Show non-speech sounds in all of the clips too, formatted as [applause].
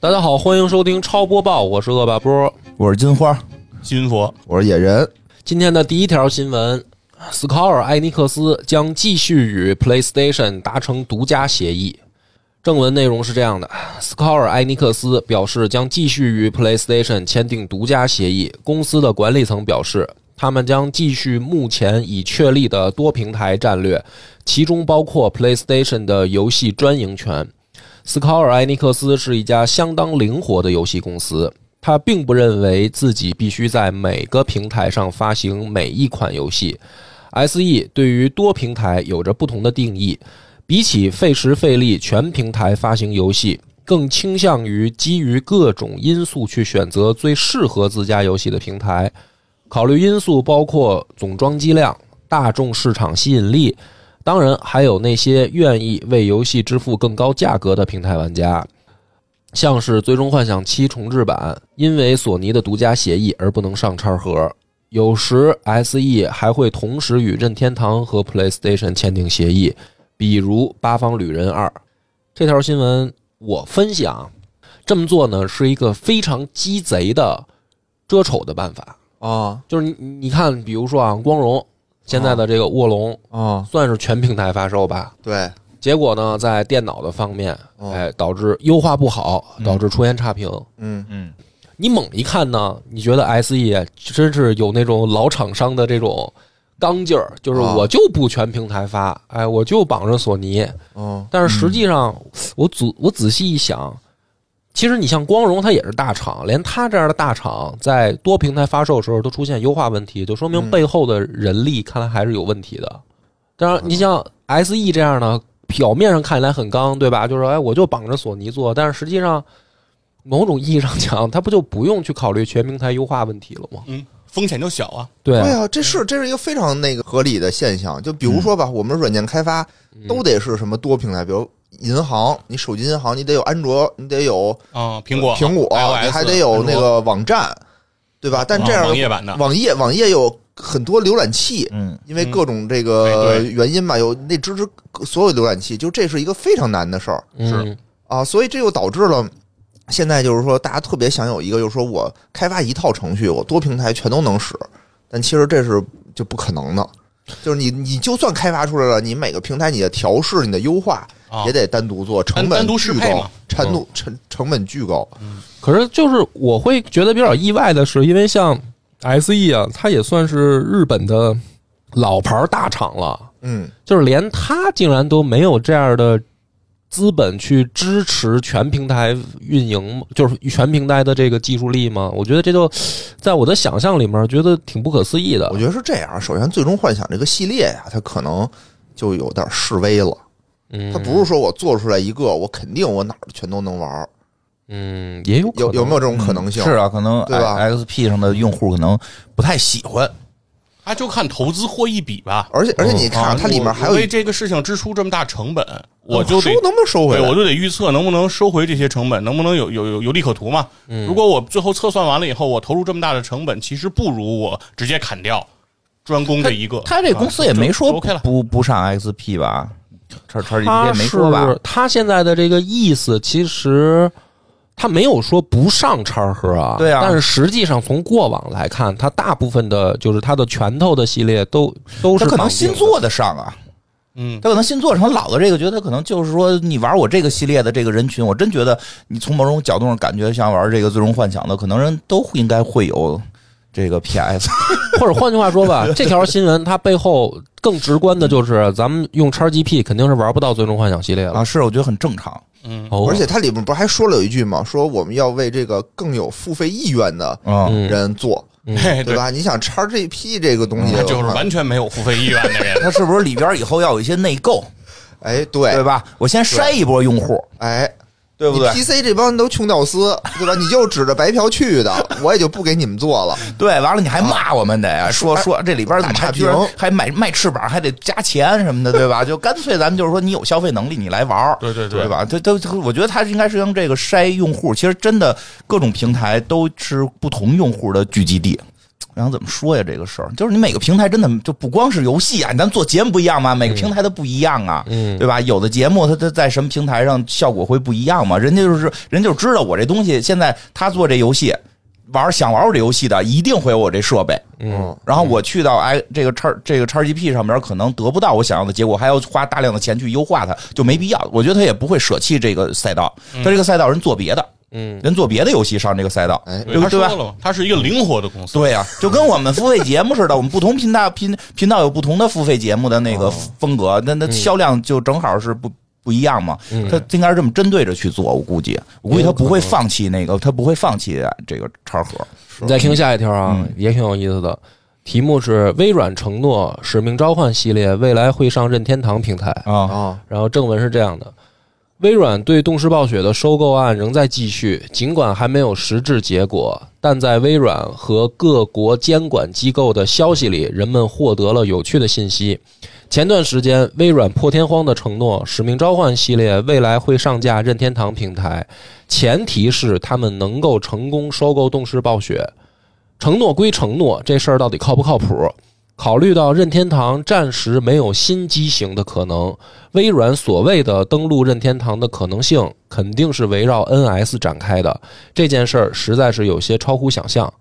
大家好，欢迎收听超播报，我是恶霸波。我是金花，金佛我是野人，今天的第一条新闻，Square 艾尼克斯将继续与 PlayStation 达成独家协议。正文内容是这样的：Square 艾尼克斯表示将继续与 PlayStation 签订独家协议。公司的管理层表示，他们将继续目前已确立的多平台战略，其中包括 PlayStation 的游戏专营权。斯考尔艾尼克斯是一家相当灵活的游戏公司，他并不认为自己必须在每个平台上发行每一款游戏。SE 对于多平台有着不同的定义，比起费时费力全平台发行游戏，更倾向于基于各种因素去选择最适合自家游戏的平台。考虑因素包括总装机量、大众市场吸引力、当然，还有那些愿意为游戏支付更高价格的平台玩家，像是《最终幻想七》重置版，因为索尼的独家协议而不能上叉盒。有时 SE 还会同时与任天堂和 PlayStation 签订协议，比如《八方旅人二》。这条新闻我分析啊，这么做呢是一个非常鸡贼的遮丑的办法。啊就是你你看，比如说啊，光荣现在的这个卧龙，啊，算是全平台发售吧。对，结果呢，在电脑的方面，哦哎，导致优化不好，嗯导致出现差评。嗯嗯，你猛一看呢，你觉得 SE 真是有那种老厂商的这种刚劲儿，就是啊我就不全平台发，哎，我就绑着索尼。哦但是实际上，我仔我仔细一想，其实你像光荣，它也是大厂，连它这样的大厂在多平台发售的时候都出现优化问题，就说明嗯背后的人力看来还是有问题的。当嗯然，你像 SE 这样的，表面上看起来很刚，对吧？就是哎，我就绑着索尼做，但是实际上，某种意义上讲，它不就不用去考虑全平台优化问题了吗？嗯，风险就小啊。对对啊，这是这是一个非常那个合理的现象。就比如说吧，我们软件开发都得是什么多平台，比如银行，你手机银行你得有安卓，你得有啊，苹果，苹果， iOS 你还得有那个网站，对吧？但这样啊网页版的，网页网页有很多浏览器，嗯，因为各种这哎个对原因吧，有那支持所有浏览器，就这是一个非常难的事儿。嗯，啊，所以这就导致了现在就是说，大家特别想有一个，就是说我开发一套程序，我多平台全都能使，但其实这是就不可能的。就是你，你就算开发出来了，你每个平台你的调试、你的优化啊也得单独做，成单本独适巨配嘛嗯高，成本成成本巨高。可是就是我会觉得比较意外的是，因为像 SE 啊，它也算是日本的老牌儿大厂了，嗯，就是连它竟然都没有这样的资本去支持全平台运营，就是全平台的这个技术力吗？我觉得这就在我的想象里面觉得挺不可思议的我。觉得是这样。首先，《最终幻想》这个系列呀、它可能就有点示威了。嗯，它不是说我做出来一个，我肯定我哪儿全都能玩儿，嗯，也有可能嗯有有没有这种可能性？是啊，可能对吧 X P 上的用户可能不太喜欢，他就看投资获益比吧。而且而且你看啊，啊它里面我还有为一哦这个事情支出这么大成本，我就收得能不能收回对，来？我就得预测能不能收回这些成本，能不能有有有有利可图嘛？嗯如果我最后测算完了以后，我投入这么大的成本，其实不如我直接砍掉专攻这一个。他这公司也啊就没说就 OK 不了，不不上 X P 吧？叉叉 G 他也没说吧是？他现在的这个意思，其实他没有说不上叉盒啊，对啊但是实际上从过往来看，他大部分的就是他的拳头的系列 [laughs] 都都他是可能绑定新的做的上啊，嗯，他可能新做成老的这个，觉得他可能就是说，你玩我这个系列的这个人群，我真觉得你从某种角度上感觉像玩这个《最终幻想》的，可能人都应该会有这个 P [laughs] S。 [laughs] 或者换句话说 [laughs] 吧，这条新闻它背后更直观的就是，咱们用叉 GP 肯定是玩不到《最终幻想》系列了啊，。是，我觉得很正常。哦而且它里面不是还说了有一句吗？说我们要为这个更有付费意愿的嗯，嗯，人做，嗯嘿对？吧？你想叉 GP 这个东西，他哎啊嗯就是完全没有付费意愿 [laughs] 的人。他是不是里边以后要有一些内购，哎，对对吧？我先筛一波用户，哎，对不对你？？PC 这帮人都穷屌丝，对吧？你就指着白嫖去的，我也就不给你们做了。 [laughs] 对，完了你还骂我们得呀，说说这里边怎么还打差居然评还买卖翅膀，还得加钱什么的，对吧？就干脆咱们就是说，你有消费能力，你来玩儿，对对对对吧？这都我觉得它应该是用这个筛用户，其实真的各种平台都是不同用户的聚集地。然后怎么说呀？这个事儿就是你每个平台真的就不光是游戏啊，咱们做节目不一样嘛，每个平台它不一样啊，嗯对吧？有的节目它它在什么平台上效果会不一样嘛，人家就是人就知道我这东西现在他做这游戏玩儿想玩我这游戏的一定会有我这设备，嗯，然后我去到哎这个叉这个叉 GP 上面，可能得不到我想要的结果，还要花大量的钱去优化它，就没必要。我觉得他也不会舍弃这个赛道，他这个赛道人做别的，嗯，人做别的游戏上这个赛道，哎对他不对说吧？了嘛，它是一个灵活的公司，对呀、就跟我们付费节目似的，我们不同频道频频道有不同的付费节目的那个风格，那那销量就正好是不。不一样嘛，他应该是这么针对着去做，我估计，我估计他不会放弃那个，他不会放弃这个叉盒。你再听下一条啊，嗯也挺有意思的。题目是微软承诺《使命召唤》系列未来会上任天堂平台。啊啊，然后正文是这样的：微软对动视暴雪的收购案仍在继续，尽管还没有实质结果，但在微软和各国监管机构的消息里，人们获得了有趣的信息。前段时间，微软破天荒的承诺，《使命召唤》系列未来会上架任天堂平台，前提是他们能够成功收购动视暴雪。承诺归承诺，这事儿到底靠不靠谱？考虑到任天堂暂时没有新机型的可能，微软所谓的登陆任天堂的可能性，肯定是围绕 NS 展开的。这件事儿实在是有些超乎想象。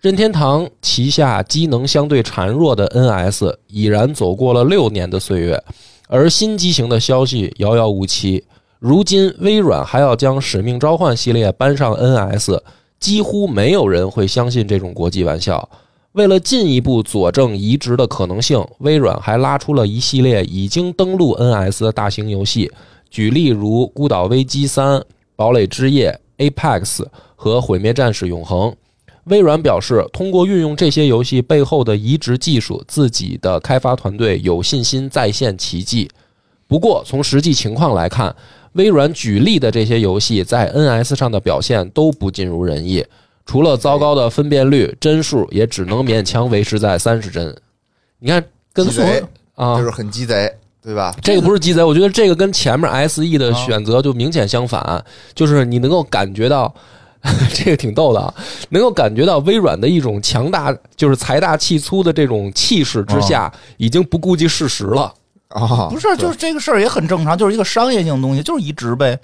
任天堂旗下机能相对孱弱的 NS 已然走过了六年的岁月，而新机型的消息遥遥无期。如今，微软还要将《使命召唤》系列搬上 NS，几乎没有人会相信这种国际玩笑。为了进一步佐证移植的可能性，微软还拉出了一系列已经登陆 NS 的大型游戏，举例如《孤岛危机三》《堡垒之夜》《Apex》和《毁灭战士：永恒》。微软表示，通过运用这些游戏背后的移植技术，自己的开发团队有信心再现奇迹。不过，从实际情况来看，微软举例的这些游戏在 NS 上的表现都不尽如人意，除了糟糕的分辨率，帧数也只能勉强维持在三十帧。你看，跟鸡贼啊，就是很鸡贼，对吧？这个不是鸡贼，我觉得这个跟前面 S E 啊的选择就明显相反，就是你能够感觉到。 [laughs] 这个挺逗的啊，能够感觉到微软的一种强大，就是财大气粗的这种气势之下，已经不顾及事实了。啊，不是，就是这个事儿也很正常，就是一个商业性东西，就是移植呗，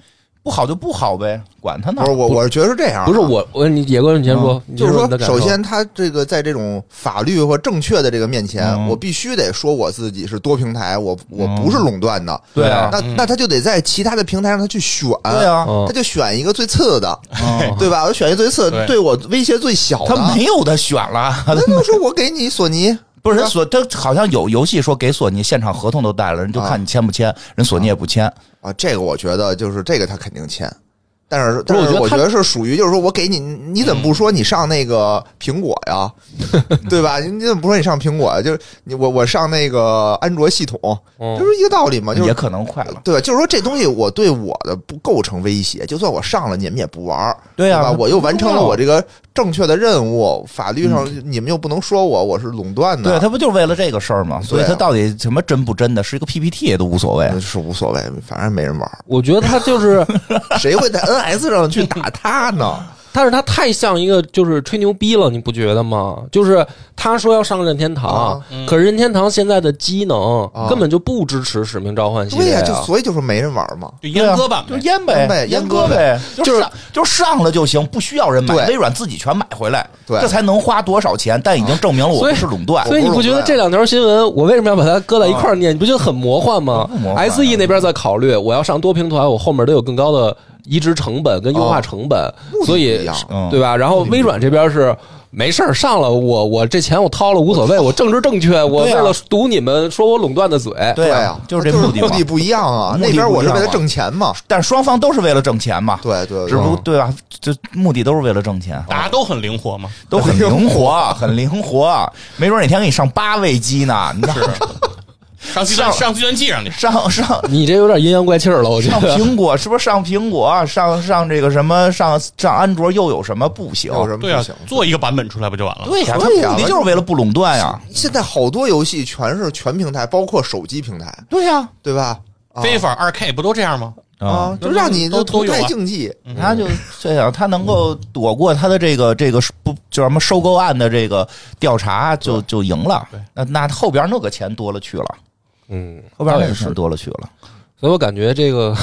不好就不好呗，管他呢不是。我，我是觉得是这样啊，啊不是我，我你野哥，你先说，你先就是说你的说，感受首先，他这个在这种法律或正确的这个面前，嗯我必须得说我自己是多平台，我我嗯不是垄断的。对啊那那他就得在其他的平台上他去选，对啊，嗯他就选一个最次的，嗯对吧？我选一个最次的，对对我威胁最小的。啊他没有的选了，那就说我给你索尼，不是对他啊索他好像有游戏说给索尼现场合同都带了，人就啊看你签不签，人索尼也不签。啊，这个我觉得就是这个他肯定签，但不是是但是我我觉觉得得是属于就是说我给你，你怎么不说你上那个苹果呀， [laughs] 对吧？你你怎么不说你上苹果呀？就是你我我上那个安卓系统，嗯这不是一个道理吗？就也是。可能快了，对吧，就是说这东西我对我的不构成威胁，就算我上了，你们也不玩儿，对啊吧？我又完成了不知道嗯我这个正确的任务，法律上你们又不能说我我是垄断的，啊对他不就是为了这个事儿吗？所以他到底什么真不真的，是一个 PPT 都无所谓那。是无所谓，反正没人玩儿，我觉得他就是，谁会在 NS 上去 [laughs] 打他呢？但是他太像一个就是吹牛逼了，你不觉得吗？就是他说要上任天堂啊，可是任天堂现在的机能啊根本就不支持《使命召唤》系对列啊呀、啊就所以就说没人玩嘛。就对啊阉割版就呗是。阉呗，阉阉割割呗呗，就是就是上了就行，不需要人买，对微软自己全买回来，对啊这才能花多少钱，但已经证明了我所以不是垄断。所以你不觉得这两条新闻，我为什么要把它搁在一块儿念？你不觉得很魔幻吗不魔幻啊？S E 那边在考虑，我要上多平台，我后面得有更高的移植成本跟优化成本，目的所不以一样嗯对吧？然后微软这边是。没事儿，上了我我这钱我掏了无所谓，我政治正确，我为对啊了堵你们说我垄断的嘴，对呀、啊，就这是这目的的嘛。不一样啊。目的那边我是为不一了样啊挣钱嘛。但双方都是为了挣钱嘛，对对嗯只对不，过对吧？就目的都是为了挣钱，大家都很灵活嘛，都很灵活，很灵活。没准哪天给你上八位机呢，你知道吗上计算上计算器让你上上你这有点阴阳怪气儿了，我觉上得。苹果是不是上苹果上上这个什么上上安卓又有什么不行？有什么不对啊行？，做一个版本出来不就完了？对呀、它对呀目的就是为了不垄断呀。现在好多游戏全是全平台，包括手机平台，对呀、对吧？啊非法二 K 不都这样吗？啊，就让你都就都淘有啊汰竞技。他就这样，他能够躲过他的这个这个不叫什么收购案的这个调查，就就赢了。那那后边那个钱多了去了，嗯，后边倒那个也是钱多了去了。 [laughs] 所以我感觉这个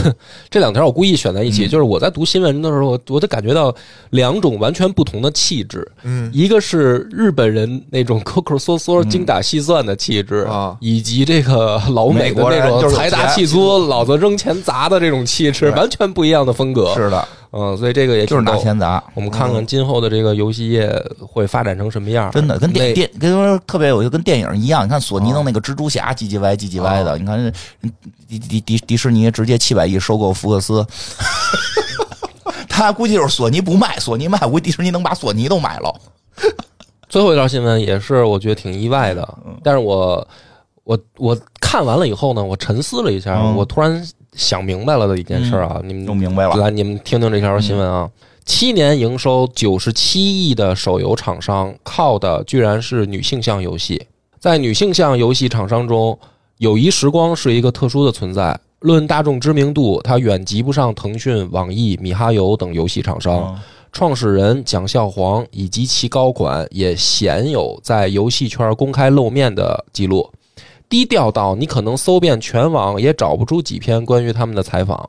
这两条我故意选在一起，就是我在读新闻的时候，我我就感觉到两种完全不同的气质，嗯，一个是日本人那种 [laughs] 抠抠缩缩、精打细算的气质啊以及这个老美的那嗯美国人种就是有财大气粗、老子扔钱砸的这种气质，完全不一样的风格。，是的，嗯，所以这个也挺就是拿逗。钱砸。我们看看今后的这个游戏业会发展成什么样儿。真的跟那电电跟说特别有就跟电影一样，你看索尼弄那个蜘蛛侠唧唧歪唧唧歪的，你看人迪迪迪迪士尼直接七百亿收购福克斯， [laughs] 他估计就是索尼不卖，索尼卖，我估计迪士尼能把索尼都买了。最后一条新闻也是我觉得挺意外的，嗯但是我我我看完了以后呢，我沉思了一下，嗯我突然想明白了的一件事儿啊，你弄们明白了，嗯来你们听听这条新闻啊。七年营收九十七亿的手游厂商靠的居然是女性向游戏，在女性向游戏厂商中，友谊时光是一个特殊的存在。论大众知名度，它远及不上腾讯、网易、米哈游等游戏厂商。嗯创始人蒋孝黄以及其高管也鲜有在游戏圈公开露面的记录，低调到你可能搜遍全网也找不出几篇关于他们的采访。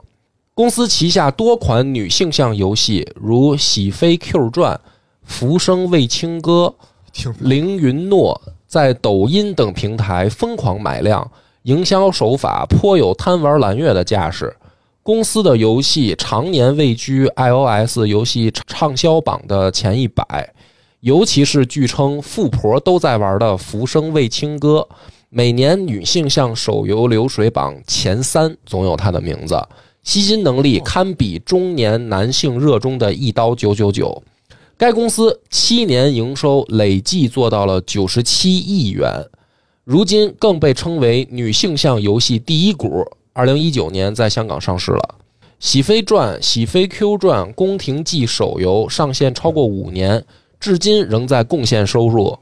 公司旗下多款女性向游戏，如《喜飞 Q 传》《浮生未清歌》挺凌云诺在抖音等平台疯狂买量，营销手法颇有贪玩揽月的架势。公司的游戏常年位居 iOS 游戏畅销榜的前一百，尤其是据称富婆都在玩的《浮生未清歌》，每年女性向手游流水榜前三总有它的名字，吸金能力堪比中年男性热衷的一刀九九九。该公司七年营收累计做到了九十七亿元，如今更被称为女性向游戏第一股。二零一九年在香港上市了，《喜飞传》《喜飞 Q 传》《宫廷记》手游上线超过五年，至今仍在贡献收入。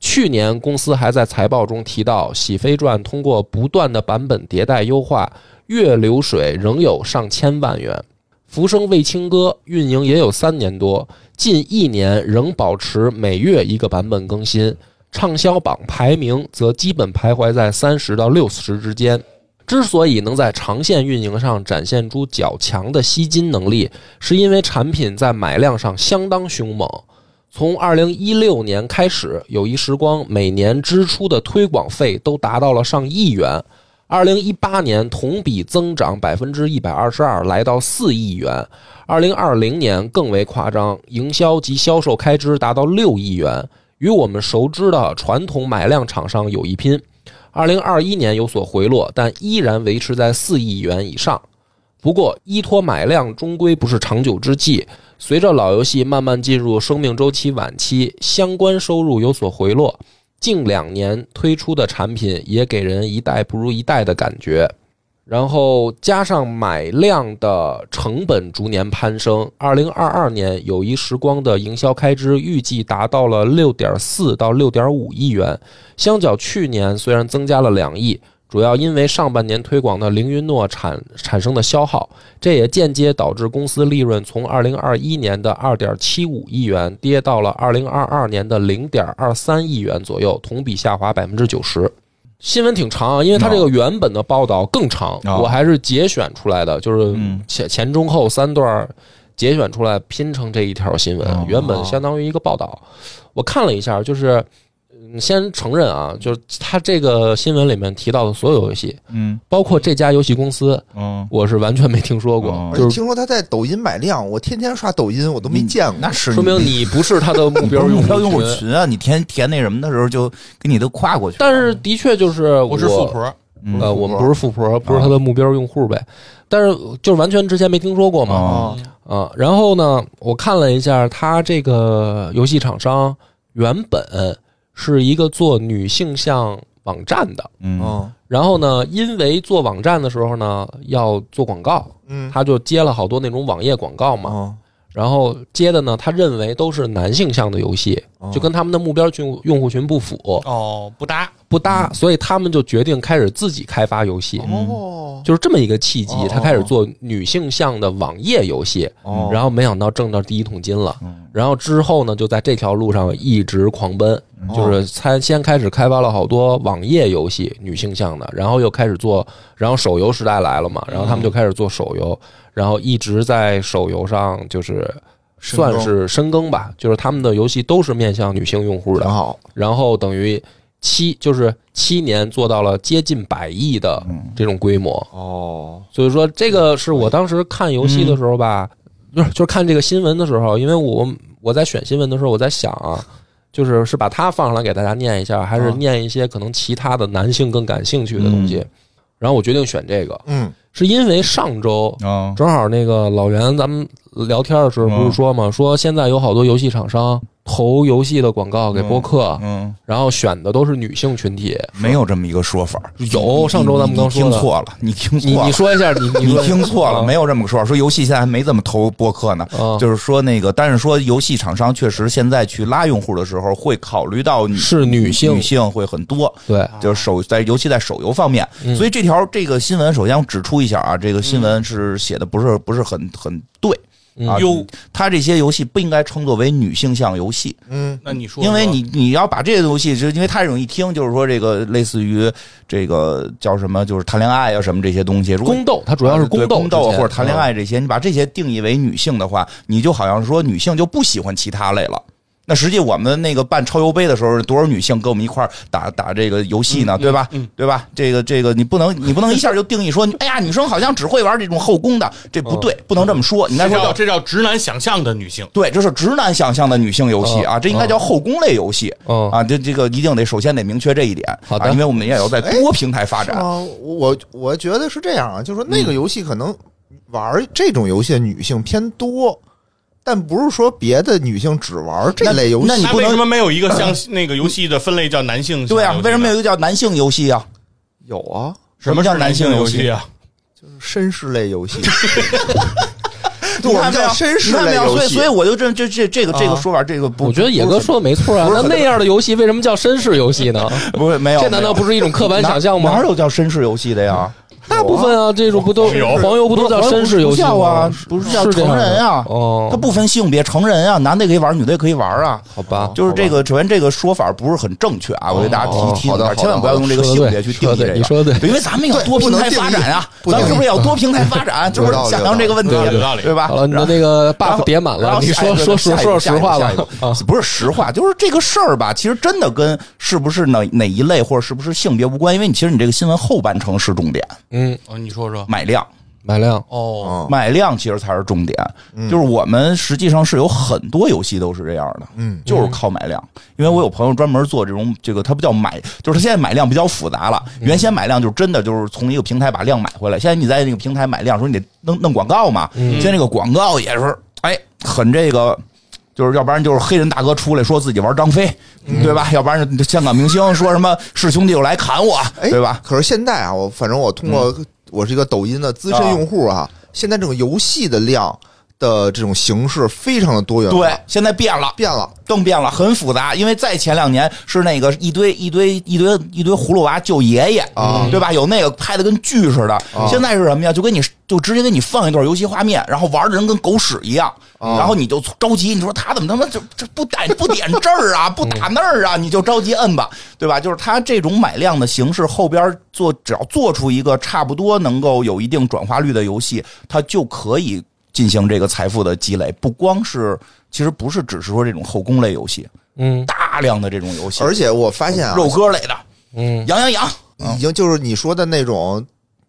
去年公司还在财报中提到，《喜飞传》通过不断的版本迭代优化，月流水仍有上千万元。《浮生未清歌》运营也有三年多，近一年仍保持每月一个版本更新，畅销榜排名则基本徘徊在三十到六十之间。之所以能在长线运营上展现出较强的吸金能力，是因为产品在买量上相当凶猛。从二零一六年开始，友谊时光每年支出的推广费都达到了上亿元，二零一八年同比增长百分之一百二十二，来到四亿元。二零二零年更为夸张，营销及销售开支达到六亿元，与我们熟知的传统买量厂商有一拼。二零二一年有所回落，但依然维持在四亿元以上。不过，依托买量终归不是长久之计。随着老游戏慢慢进入生命周期晚期，相关收入有所回落。近两年推出的产品也给人一代不如一代的感觉。然后加上买量的成本逐年攀升，二零二二年友谊时光的营销开支预计达到了六点四到六点五亿元，相较去年虽然增加了两亿，主要因为上半年推广的凌云诺产产生的消耗，这也间接导致公司利润从二零二一年的二点七五亿元跌到了二零二二年的零点二三亿元左右，同比下滑百分之九十。新闻挺长啊，因为它这个原本的报道更长，哦我还是节选出来的，就是嗯前前中后三段儿节选出来拼成这一条新闻哦，原本相当于一个报道。我看了一下，就是嗯先承认啊，就是他这个新闻里面提到的所有游戏，嗯包括这家游戏公司，嗯，我是完全没听说过哦，而且就是听说他在抖音买量，我天天刷抖音，我都没见过。那是说明你不是他的目标标 [laughs] 目标用用户群。群啊，你填填那什么的时候就给你都跨过去了。但是的确就是呃我我是富，婆，嗯呃，富我们婆不是富婆，不是他啊的目标用户呗。但是就是完全之前没听说过嘛，哦，啊，然后呢，我看了一下，他这个游戏厂商原本是一个做女性向网站的，嗯嗯然后呢，因为做网站的时候呢要做广告，嗯哦他就接了好多那种网页广告嘛。啊然后接的呢，他认为都是男性向的游戏，哦就跟他们的目标群用户群不符哦，不搭，不嗯搭，所以他们就决定开始自己开发游戏。哦，就是这么一个契机哦，他开始做女性向的网页游戏，嗯哦然后没想到挣到第一桶金了嗯，然后之后呢，就在这条路上一直狂奔，嗯哦就是才先开始开发了好多网页游戏，女性向的，然后又开始做，然后手游时代来了嘛，嗯然后他们就开始做手游，然后一直在手游上就是深耕算是深耕吧，就是他们的游戏都是面向女性用户的挺，好，然后等于七就是七年做到了接近百亿的嗯这种规模。哦，所以说这个是嗯我当时看游戏的时候吧，就是就是看这个新闻的时候，因为我我在选新闻的时候，我在想啊，就是是把它放上来给大家念一下，还是啊嗯念一些可能其他的男性更感兴趣的东西。然后我决定选这个，嗯，是因为上周啊正好那个老袁，咱们聊天的时候不是说嗯嘛，说现在有好多游戏厂商投游戏的广告给播客，嗯，然后选的都是女性群体。没有这么一个说法。有上周咱们刚说你听的，错了，你听你错你了。说一下，你你说听错了，啊没有这么个说法。说游戏现在还没这么投播客呢，啊就是说那个，但是说游戏厂商确实现在去拉用户的时候，会考虑到女是女性女性会很多，对，就是手在尤其在手游方面，啊嗯所以这条这个新闻，首先我指出一下啊，这个新闻是写的不是不是很很对嗯啊哟，它这些游戏不应该称作为女性向游戏，嗯，那你说说，因为你你要把这些游戏，就是因为它这种一听就是说这个类似于这个叫什么，就是谈恋爱啊什么这些东西，如果啊宫斗，它主要是对宫斗宫斗之间啊或者谈恋爱这些，你把这些定义为女性的话，你就好像说女性就不喜欢其他类了。那实际我们那个办超游杯的时候，多少女性跟我们一块儿打打这个游戏呢，对吧？对吧？这个这个，你不能你不能一下就定义说，哎呀，女生好像只会玩这种后宫的，这不对，不能这么说。你应该这说叫叫这叫直男想象的女性，对，这是直男想象的女性游戏啊，这应该叫后宫类游戏嗯啊。这这个一定得首先得明确这一点，好的啊因为我们也要在多平台发哎是展。吗？我我觉得是这样啊，就是说嗯那个游戏可能玩这种游戏的女性偏多，但不是说别的女性只玩这类游戏。那你那不为能什么没有一个 [clears throat] 像那个游戏的分类叫男性向游戏呢？对啊，为什么有一个叫男性游戏啊？有啊，什么叫是男性游游戏？啊？绅士类游 [laughs] 戏，对，你我看们没有叫绅士你看类没有游所以戏所以。我就这这这这个这个啊说法，这个不，我觉得野哥说的没错啊不，是那很那样的游戏为什么叫绅士游戏 [laughs] 呢？不是没有，这难道不是一种刻板想象哪吗哪？有叫绅士游戏的呀？大部分啊，这种不都黄油黄油不都叫绅士游戏不叫吗啊？不是叫这样的成人啊哦，它不分性别，成人啊，男的也可以玩，女的也可以玩啊。好吧，就是这好吧。个，首先这个说法不是很正确啊，我给大家哦提提好的好醒一的下，千万不要用这个性别去定说义这对，个，你说的对，对因为咱们要多平台发展啊，不咱能定义们是不是要多平台发嗯展？啊这不是想象这个问题，有道理有道理对吧？好了，你的那个啊然 buff 后叠满然了，后你下一说个说下说一说个下实一个话下吧一个啊， [laughs] 不是实话，就是这个事儿吧，其实真的跟是不是哪哪一类或者是不是性别无关，因为你其实你这个新闻后半程是重点，嗯，哦，你说说买量。买量哦，嗯买量其实才是重点，就是我们实际上是有很多游戏都是这样的，嗯，就是靠买量。因为我有朋友专门做这种，这个它不叫买，就是它现在买量比较复杂了。嗯原先买量就是真的就是从一个平台把量买回来，现在你在那个平台买量，说你得弄弄广告嘛，嗯现在这个广告也是，哎，很这个。就是要不然就是黑人大哥出来说自己玩张飞，嗯对吧？要不然就香港明星说什么是兄弟就来砍我，哎，对吧？嗯可是现在啊，我反正我通过、我是一个抖音的资深用户啊，现在这种游戏的量的这种形式非常的多元化，对，现在变了，变了。更变了，很复杂。因为再前两年是那个一堆一堆一堆一堆葫芦娃救爷爷啊对吧？有那个拍的跟剧似的。现在是什么呀？就给你就直接给你放一段游戏画面，然后玩的人跟狗屎一样，然后你就着急，你说他怎么他妈就这不打不点这儿啊，不打那儿啊，你就着急摁吧，对吧？就是他这种买量的形式，后边做只要做出一个差不多能够有一定转化率的游戏，它就可以进行这个财富的积累，不光是。其实不是只是说这种后宫类游戏，嗯大量的这种游戏，而且我发现啊，肉鸽类的，嗯，养养养。已经就是你说的那种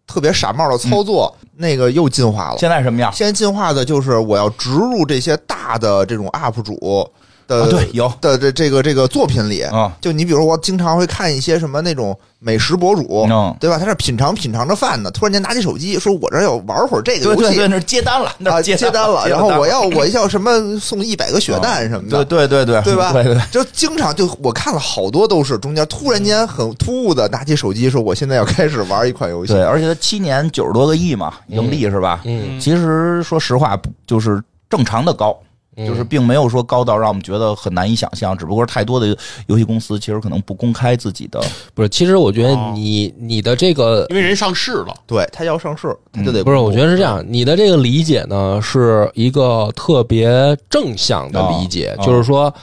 特别傻帽的操作，那个又进化了。嗯现在什么样？现在进化的就是我要植入这些大的这种 UP 主的、啊，对，有的这这个这个作品里啊就你比如我经常会看一些什么那种美食博主，嗯对吧？他那品尝品尝着饭呢，突然间拿起手机说：“我这儿要玩会儿这个对游戏。对对，那是接单了，那啊，是接单单了，接然后单我了要我要什么送一百个血蛋什么的，对对对对，对吧？对对对，就经常就我看了好多都是中间突然间很突兀的拿起手机说我现在要开始玩一款游戏，对，而且它七年九十多个亿嘛，盈利是吧？嗯，其实说实话，不就是正常的高。就是并没有说高到让我们觉得很难以想象，只不过是太多的游戏公司其实可能不公开自己的，不是，其实我觉得哦你你的这个因为人上市了，对他要上市，他嗯就得不是，我觉得是这样，你的这个理解呢是一个特别正向的理解，哦哦就是说。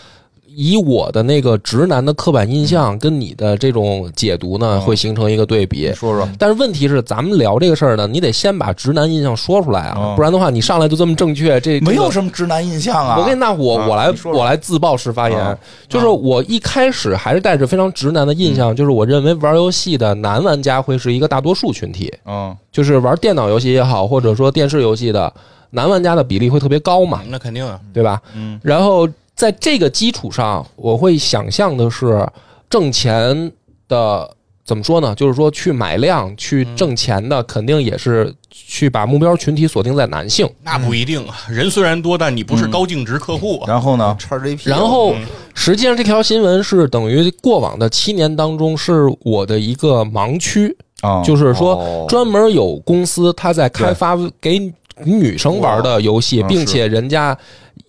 以我的那个直男的刻板印嗯象跟你的这种解读啊呢，会形成一个对比你。说说，但是问题是，咱们聊这个事儿呢，你得先把直男印象说出来啊哦，不然的话，你上来就这么正确，这没有这什么直男印象个啊。我跟你那我啊我来你说说我来自曝式发言啊，嗯就是我一开始还是带着非常直男的印象，就是我认为玩游戏的男玩家会是一个大多数群体。嗯，就是玩电脑游戏也好，或者说电视游戏的男玩家的比例会特别高嘛，那肯定啊，对吧？嗯，然后在这个基础上，我会想象的是挣钱的怎么说呢？就是说去买量、去嗯挣钱的，肯定也是去把目标群体锁定在男嗯性。那不一定啊。人虽然多，但你嗯不是高净值客户啊。然后呢？叉 GP，然后，嗯实际上这条新闻是等于过往的七年当中，是我的一个盲区，啊，就是说哦专门有公司他在开发给女生玩的游戏，哇并且人家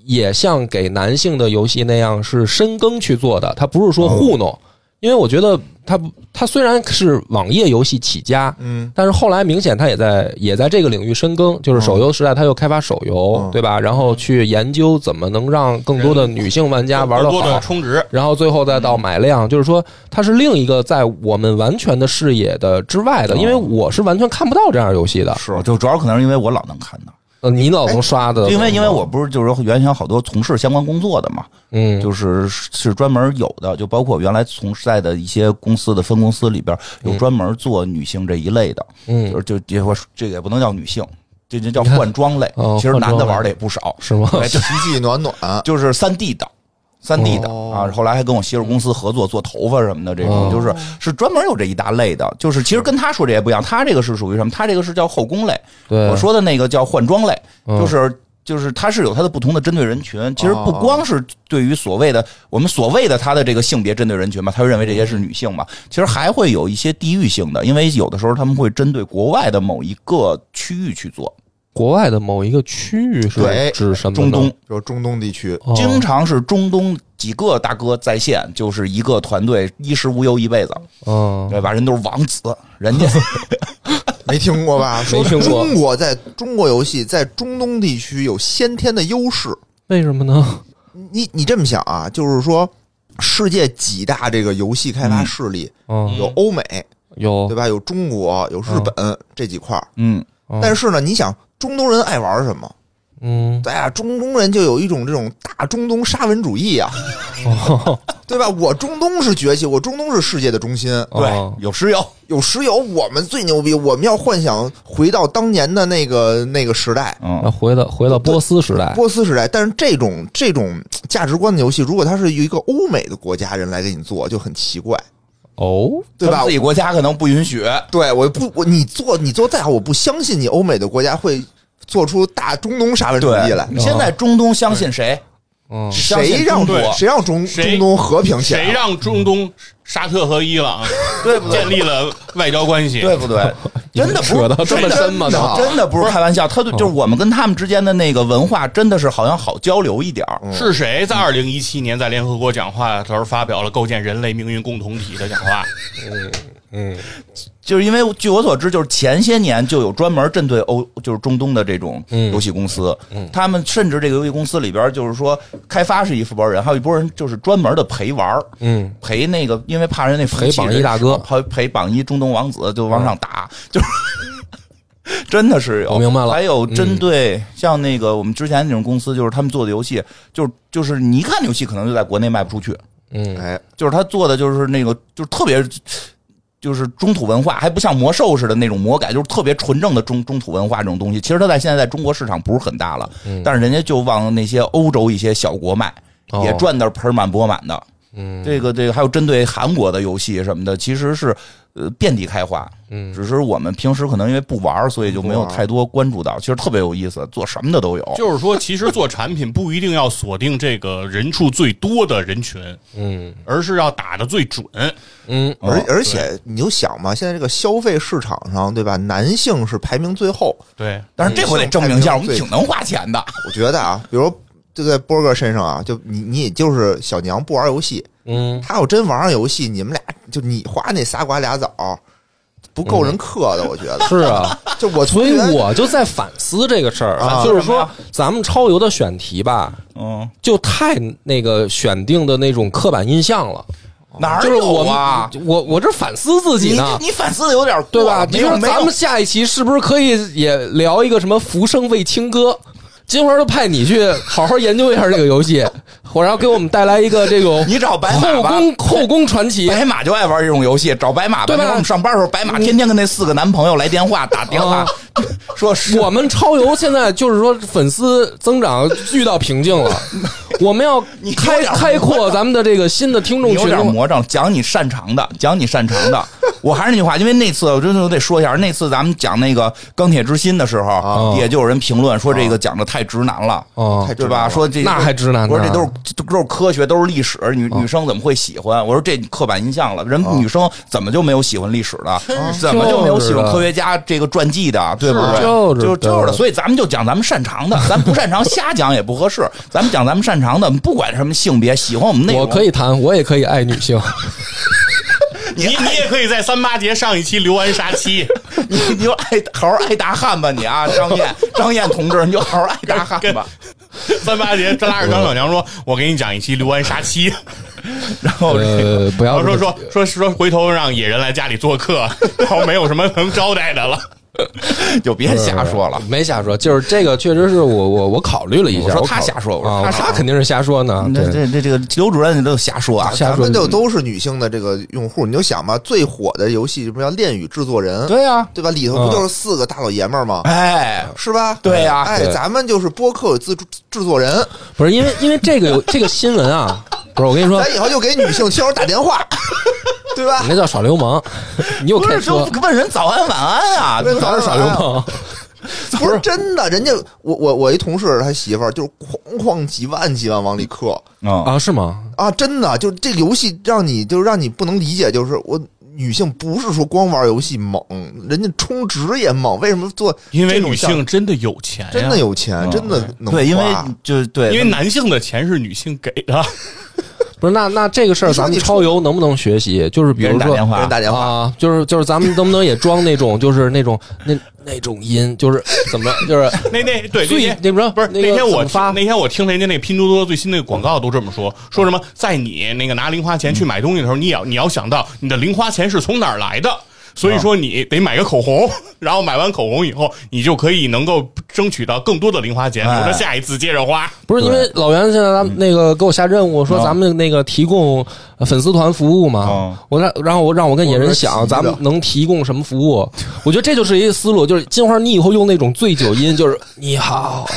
也像给男性的游戏那样是深耕去做的，他不是说糊弄。因为我觉得他他虽然是网页游戏起家，嗯，但是后来明显他也在也在这个领域深耕，就是手游时代他又开发手游嗯，对吧？然后去研究怎么能让更多的女性玩家玩得多好的，充值，然后最后再到买量，就是说它是另一个在我们完全的视野的之外的，因为我是完全看不到这样游戏的。嗯是，就主要可能是因为我老能看到，呃，你老能刷的，因为因为我不是就是说原先好多从事相关工作的嘛，嗯，就是是专门有的，就包括原来从事在的一些公司的分公司里边有专门做女性这一类的，嗯就是就也我这个也不能叫女性，这这叫换装类，哦其实换装男的类玩的也不少，是吗？哎，[laughs] 就奇迹暖暖，就是三 D 的。三 D 的哦啊，后来还跟我媳妇公司合作做头发什么的，这哦种就是是专门有这一大类的，就是其实跟他说这也不一样，他这个是属于什么？他这个是叫后宫类，对，我说的那个叫换装类，嗯就是就是它是有它的不同的针对人群。其实哦不光是对于所谓的我们所谓的它的这个性别针对人群嘛，他会认为这些是女性嘛，其实还会有一些地域性的，因为有的时候他们会针对国外的某一个区域去做，国外的某一个区域是对指什么？中东。。就是中东地区，嗯哦经常是中东几个大哥在线，就是一个团队衣食无忧一辈子，嗯，对吧？人都是王子，人家 [laughs] 没听过吧？说听过中国在中国游戏在中东地区有先天的优势。为什么呢？你你这么想啊，就是说，世界几大这个游戏开发势力、嗯，有欧美，有对，吧？有中国，有日本、这几块儿。嗯嗯但是呢，你想中东人爱玩什么？嗯，哎呀，中东人就有一种这种大中东沙文主义啊，哦对吧？我中东是崛起，我中东是世界的中心，对哦有石油，有石油，我们最牛逼，我们要幻想回到当年的那个那个时代。那嗯回到回到波斯时哎代，波斯时代，但是这种这种价值观的游戏，如果它是一个欧美的国家人来给你做，就很奇怪，哦，对他们吧自？己国家可能不允许，对，我不，我你做你做再好，我不相信你欧美的国家会做出大中东沙文主义来。你现哦在中东相信谁？嗯，相信谁让中国谁让中谁中东和平起来谁了？让中东沙特合一了 [laughs] 啊？对不对建立了外交关系，对不对？ [laughs] 真的不扯是到这么深吗？真的真的不是开玩笑，哦他对就是我们跟他们之间的那个文化，真的是好像好交流一点儿。是谁在二零一七年在联合国讲话的时候发表了构建人类命运共同体的讲 [laughs] 话？就是因为据我所知，就是前些年就有专门针对欧，就是中东的这种游戏公司，他们甚至这个游戏公司里边，就是说开发是一波人，还有一波人就是专门的陪玩儿嗯，陪那个，因为怕人那服务陪器榜一大哥陪陪榜一中东王子就往上打， [laughs] 就是真的是嗯有。我明白了还有针嗯对像那个我们之前那种公司，就是他们做的游戏，就是就是你一看游戏可能就在国内卖不出去，嗯，哎，就是他做的就是那个就是特别。就是中土文化，还不像魔兽似的那种魔改，就是特别纯正的中中土文化这种东西。其实它在现在在中国市场不是很大了，嗯但是人家就往那些欧洲一些小国卖，哦也赚得盆满钵满的。嗯，这个这个还有针对韩国的游戏什么的，其实是呃遍地开花。嗯只是我们平时可能因为不玩儿，所以就没有太多关嗯注到。其实特别有意思，做什么的都有。就是说，其实做产品不一定要锁定这个人数最多的人群，嗯而是要打的最准。嗯而而且你就想嘛，现在这个消费市场上，对吧？男性是排名最后，对，但是这回得证明一下，我们对挺能花钱的。我觉得啊，比如就在波哥身上啊，就你你也就是小娘不玩游戏，嗯，他要真玩上游戏，你们俩就你花那仨瓜俩枣，不够人 [laughs] 嗑的，我觉得。是啊，就我所从以原我就在反思这个事儿，啊就是说咱们超游的选题吧，嗯，就太那个选定的那种刻板印象了。嗯哪就是我有们啊？我我这反思自己你呢，你反思的有点过对吧？你没说有没咱有们，下一期是不是可以也聊一个什么浮生未清歌？金花就派你去好好研究一下这个游戏， [laughs] 我然后给我们带来一个这种 [laughs] 你找白马后吧。宫后宫传奇。白马就爱玩这种游戏，找白马吧。对吧那会儿我们上班的时候，白马天天跟那四个男朋友来电话打电话啊， [laughs] 说是我们超游现在就是说粉丝增长遇到瓶颈 [laughs] 了，我们要你有开点啊开阔咱们的这个新的听众你有群点了。魔怔，讲你擅长的，讲你擅长的。 [laughs] 我还是那句话，因为那次我真的我得说一下，那次咱们讲那个钢铁之心的时候，也就有人评论说这个讲的太直男了。哦太，对直吧？男了说这那还直男呢哦我说这都是这都是科学，都是历史，女女生怎么会喜欢？我说这刻板印象了，人哦女生怎么就没有喜欢历史的？怎么就没有喜欢科学家这个传记的？啊对不对？啊哦就是啊就对就是的，所以咱们就讲咱们擅长的，咱不擅长瞎讲也不合适，咱们讲咱们擅长的，不管什么性别，喜欢我们内容，我可以谈，我也可以爱女 [laughs] 性。你你也可以在三八节上一期留完杀妻， [laughs] 你 [laughs] 你就爱好好爱大汉吧，你啊，张燕，张燕同志，你就好好爱大汉吧。三八节张拉着张小娘说：“我给你讲一期留完杀 [laughs] 妻。”然后呃，不然要后这说么说说说回头让野人来家里做 [laughs] 客，然后没有什么能招待的了。就别瞎说了，呃没瞎说，就是这个确实是我我我考虑了一下，我说我他考瞎说我说啊他瞎他说肯定是瞎说呢，这对，这嗯这这个刘主任你都啊瞎说啊，瞎咱说们就都是女性的这个用户，你就想吧，最火的游戏什么叫《恋与制作人》，啊对啊呀，对吧？里头不就是四个大老爷们儿吗？哎，是吧？对呀哎嗯对，咱们就是播客有自制制作人， [laughs] 不是因为因为这 [laughs] 个有这个新闻啊，不是我跟你说哎咱，以后就给女性听友打 [laughs] 电话，对吧你？那叫耍流 [laughs] 氓，你又不开是就车，哦问人早安晚安啊？对哪是耍流氓？不是真的，人家我我我一同事他媳妇儿就是哐哐几万几万往里氪啊，啊？是吗？啊，真的就这个游戏让你就让你不能理解，就是我女性不是说光玩游戏猛，人家充值也猛，为什么做因为这种女项目性真的有钱呀，真的有钱，真的能哦对，因为花就对，因为男性的钱是女性给的，不是，那那这个事儿你说咱们你超游能不能学习？就是比别人如打说电给话人，打电话，啊，就是就是咱们能不能也装那种就是那种那那种音，就是怎么着 [laughs] 就是 [laughs] 那那对那最天那不是 [laughs] 不是那个天我怎么发那天我听人家那拼多多最新那个广告都这么说，说什么在你那个拿零花钱去买东西的时候，你也要你要想到你的零花钱是从哪儿来的。所以说你得买个口哦红， [laughs] 然后买完口红以后，你就可以能够争取到更多的零花钱，哎留着下一次接着花。不是因为老袁现在咱们那个给我下任务，说咱们那个提供呃粉丝团服务嘛嗯，我让然后我让我跟野人我想，说急的咱们能提供什么服务？我觉得这就是一个思路，就是金花，你以后用那种醉酒音， [laughs] 就是你好，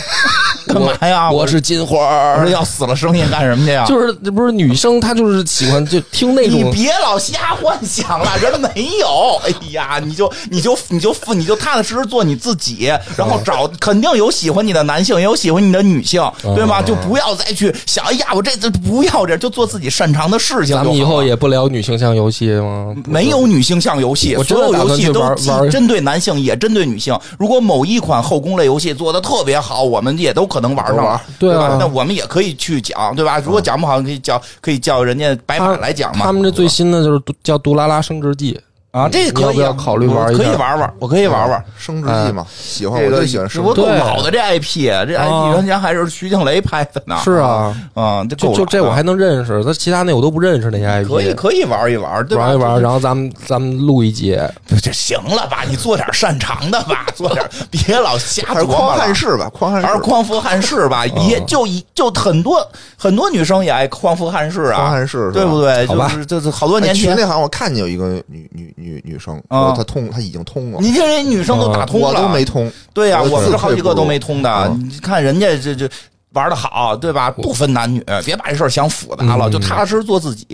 干嘛呀？我我是金花我儿是，要死了声音干什 [laughs] 么去呀？啊就是这不是女生，她就是喜欢就听那你种。别老瞎幻想了，人没有。哎呀，你就你就你就你就踏踏实实做你自己，然后找肯定有喜欢你的男性，也有喜欢你的女性，嗯对吗？就不要再去想，哎呀，我这这不要这，就做自己擅长的事情就好咱了。们以后也不聊女性向游戏吗？没有女性向游戏，我真所的有打游算去戏都玩既玩针对男性也针对女性。如果某一款后宫类游戏做的特别好，我们也都可能玩上了，对对啊吧？那我们也可以去讲，对吧？如果讲不好，可以叫可以叫人家白马来讲嘛。他们这最新的就是叫《杜拉拉升职记》，啊，这你可以嗯要不要考虑玩一下啊可以玩玩，我可以玩玩。生殖器嘛，喜欢我个就喜欢呃这生不殖器够对老的这 IP，这啊 IP 原先还是徐静蕾拍的呢。是啊，啊，这就够就老这的我还能认识，那其他那我都不认识那些 IP。可以可以玩一玩，对吧？玩一玩，就是然后咱们咱们录一节，这行了吧？你做点擅长的吧，做点别老瞎还是琢匡磨了汉。室吧，匡汉还是室，匡扶汉室吧，嗯也就一就很多很多女生也爱匡扶汉室匡啊，汉室是吧对不？对？好吧就是这这好多哎年群前里，好像我看见有一个女女女女生，啊说她通，她已经通了，你听人女生都打通嗯我了，都没通。对呀，我我们自愧这好几不个如都没通的。嗯你看人家这这玩的好，对吧？不分男女，别把这事儿想复杂嗯了，就踏踏实实做自己。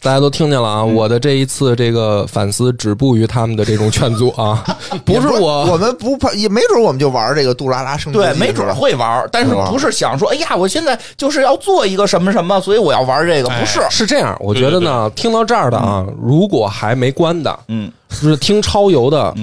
大家都听见了嗯啊！我的这一次这个反思止步于他们的这种劝阻 [laughs] 啊，不是也我我们不怕，也没准我们就玩这个杜拉拉升级，对，没准儿会玩儿，但是不是想说，哎呀，我现在就是要做一个什么什么，所以我要玩这个，哎不是。是这样，我觉得呢，听到这儿的啊，如果还没关的，嗯就是听超游的，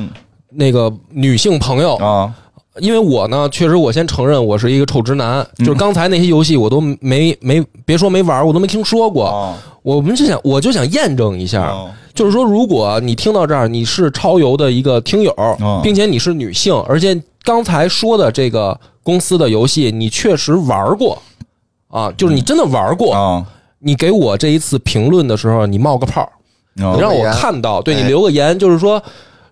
那个女性朋友，啊，因为我呢，确实我先承认我是一个臭直男，嗯就是刚才那些游戏我都没没别说没玩儿，我都没听说过。哦我们就想我就想验证一下，哦就是说，如果你听到这儿，你是超游的一个听友，哦并且你是女性，而且刚才说的这个公司的游戏你确实玩儿过啊，就是你真的玩儿过，啊，你给我这一次评论的时候，你冒个泡儿。哦你让我言看到，对你哎留个言，就是说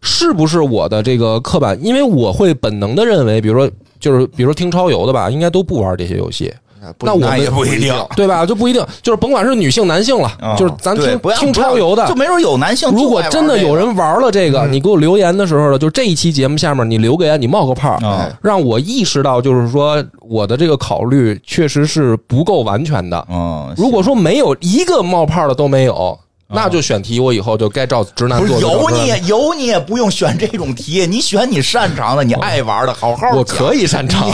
是不是我的这个刻板？因为我会本能的认为，比如说就是比如说听超游的吧，应该都不玩这些游戏，哎。不那我那也们不一定。对吧？就不一定，就是甭管是女性男性啊了，就是咱对听不要听超游不的要就。没准有男性就爱玩这如个。果真的有人玩了这嗯个，你给我留言的时候呢，就这一期节目下面你留个言，你冒个泡儿，啊，让我意识到，就是说我的这个考虑确实是不够完全的。嗯，如果说没有一个冒泡的都没有，啊那就选题我以后就该照直男不做。是有你也有你也不用选这种题，你选你擅长的，你爱玩的，好好我讲可以擅长，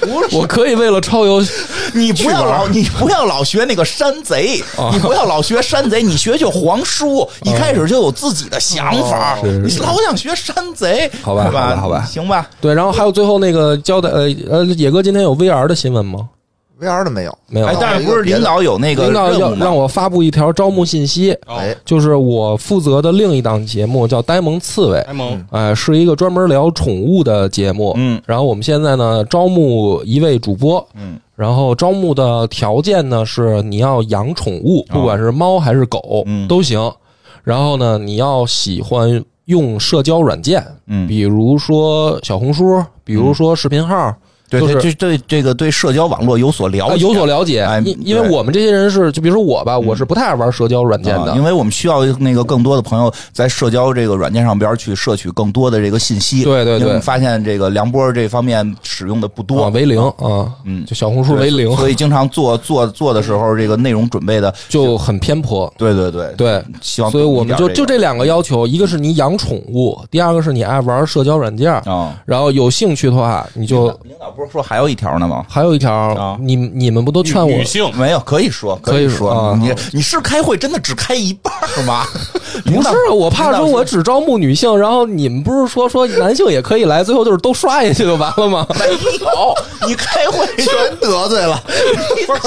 不 [laughs] 是我可以为了超游， [laughs] 你不要老你不要老学那个山贼，哦你不要老学山贼，你学学皇叔，一开始就有自己的想哦法，你老想学山贼，好吧好对吧，吧好吧行吧，对，然后还有最后那个交代，呃呃，野哥今天有 VR 的新闻吗？ VR 的没有，没有啊哎，，但是不是领导有那个领导任务要让吗？我发布一条招募信息，哦哎，就是我负责的另一档节目叫《呆萌刺猬》。呆萌，哎，是一个专门聊宠物的节目。嗯，然后我们现在呢招募一位主播。嗯，然后招募的条件呢是你要养宠物，不管是猫还是狗、哦嗯都行。然后呢，你要喜欢用社交软件，嗯比如说小红书，比如说视频号，嗯对就是对对对，这个对社交网络有所了啊解，有所了解。哎因因为对我们这些人是，就比如说我吧，我是不太爱玩社交软件的。啊因为我们需要那个更多的朋友在社交这个软件上边去摄取更多的这个信息。对对对因为我们发现这个梁波这方面使用的不啊多，为零啊，嗯就小红书为零，所以经常做做做的时候，这个内容准备的，就很偏颇。对对对，对，希望所以懂一我们点就这就个这两个要求，一个是你养宠物，第二个是你爱玩社交软件。啊。然后有兴趣的话，你就领导不是说还有一条呢吗？还有一条啊，你你们不都劝女我 [laughs] 女？性没有，可以说，可以以说啊你你是开会真的只开一半儿吗？不领导是，啊我怕领导说我只招募女性，然后你们不是说说男性也可以来，最后就是都刷下去就完了吗？没有，你开会全得罪 [laughs] 了，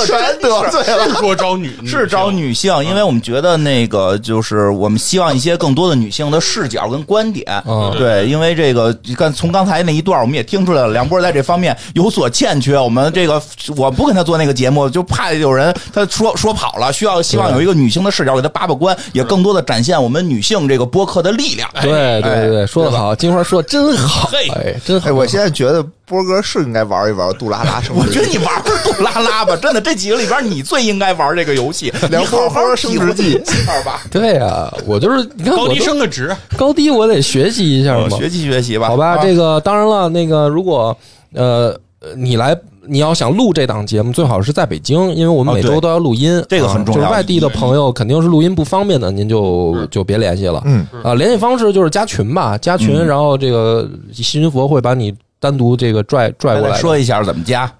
全得罪啊了。是说招 [laughs] 女是招女性，嗯因为我们觉得那个就是我们希望一些更多的女性的视角跟观点。嗯对，因为这个刚从刚才那一段我们也听出来了，梁波在这方面有所欠缺。我们这个我不跟他做那个节目，就怕有人他说 [laughs] 说跑了，需要希望有一个女性的视角给他把把关，也更多的展现我们女性这个播客的力量。对对哎对对，说的好，金花说的真好嘿，哎，真好哎，。我现在觉得波哥是应该玩一玩杜拉拉升级。我觉得你玩儿杜拉拉吧，真的这几个里边你最应该玩这个游 [laughs] 戏，梁你好波好波体升职会记一下 [laughs] 吧，对呀，我就是你看高我低哦都升个职，高低我得学习一下嘛，学习学习吧，好吧吧，，这个当然了，那个如果呃你来，你要想录这档节目，最好是在北京，因为我们哦每对周都要录音，这个很啊重要嗯就是外地的朋友肯定是录音不方便的，您就就别联系了。嗯啊，联系方式就是加群吧，加嗯群，然后这个新云佛会把你单独这个拽拽过来来的。说一下怎么加，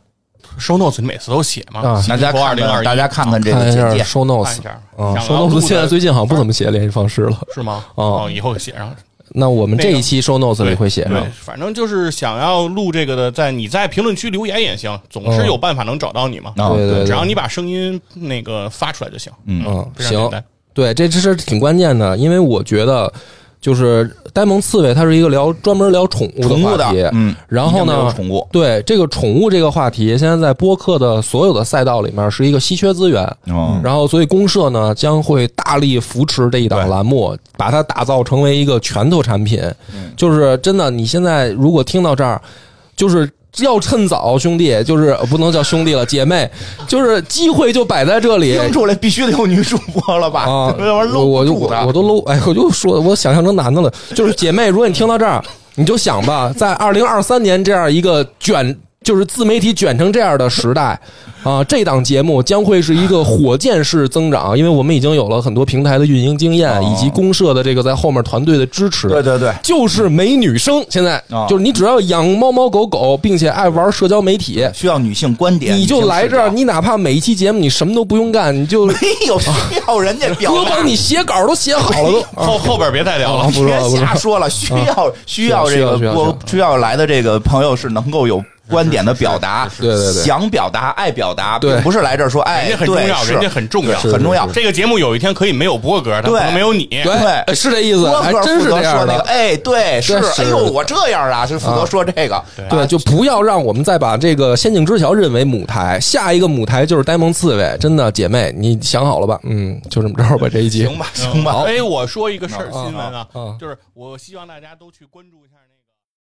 收 notes 你每次都写啊吗？大家二看零看二大家看看这看个一简下介。 show 看 notes 一下啊想要，show 录 notes 的现在最近好像不怎么写联系方式了。是吗？哦以后写上。那我们这一期 show notes 对里会写上对，，反正就是想要录这个的，在你在评论区留言也行，总是有办法能找到你嘛。对啊哦对只要你把声音那个发出来就行。嗯非常简单。对，这这是挺关键的，因为我觉得就是呆萌刺猬，它是一个聊专门聊宠物的宠物话的题，，嗯，然后一定呢得有，宠物对这个宠物这个话题，现在在播客的所有的赛道里面是一个稀缺资源。嗯哦，然后，所以公社呢将会大力扶持这一档栏目，把它打造成为一个拳头产品。嗯就是真的，你现在如果听到这儿，就是要趁早，兄弟，就是呃不能叫兄弟了，姐妹，就是机会就摆在这里。听出来必须得有女主播了吧？ [laughs] 啊，要不然我搂我不就住我的我。都搂，哎，我就说，我想象成男的了。就是姐妹，如果你听到这儿，你就想吧，在二零二三年这样一个卷就是自媒体卷成这样的时代啊，这档节目将会是一个火箭式增长，因为我们已经有了很多平台的运营经验，以及公社的这个在后面团哦队的哦支持。对对对，就是没女生，现在啊就是你只要养猫猫狗狗，并且爱玩社交媒体，需要女性观点，你就来这儿， [laughs] 女性你哪怕每一期节目你什么都不用干，你就视角没有哎需要人家表哥达帮你写稿都写好了都。后后边别再聊了。啊哦不啊说了不别说瞎了说了，需要需要这需要需个要我需要来的这个朋友是能够有观点的表达，是是是对对对想表达爱表达，对并不是来这儿说哎，人家很重要，对是人家很重要，很重要。这个节目有一天可以没有波哥，但对可能没有你。哎对对，哎是这意思，郭还哥真负是责这说样那个，的。哎，对，是，是哎呦，我这样啊，是负责说这个，对，就不要让我们再把这个《仙境之桥》认为母台，下一个母台就是呆萌刺猬。真的，姐妹，你想好了吧？嗯，就这么着吧，这一集。嗯行吧，行吧。哎，我说一个事儿，新闻啊嗯嗯，就是我希望大家都去关注一下那个。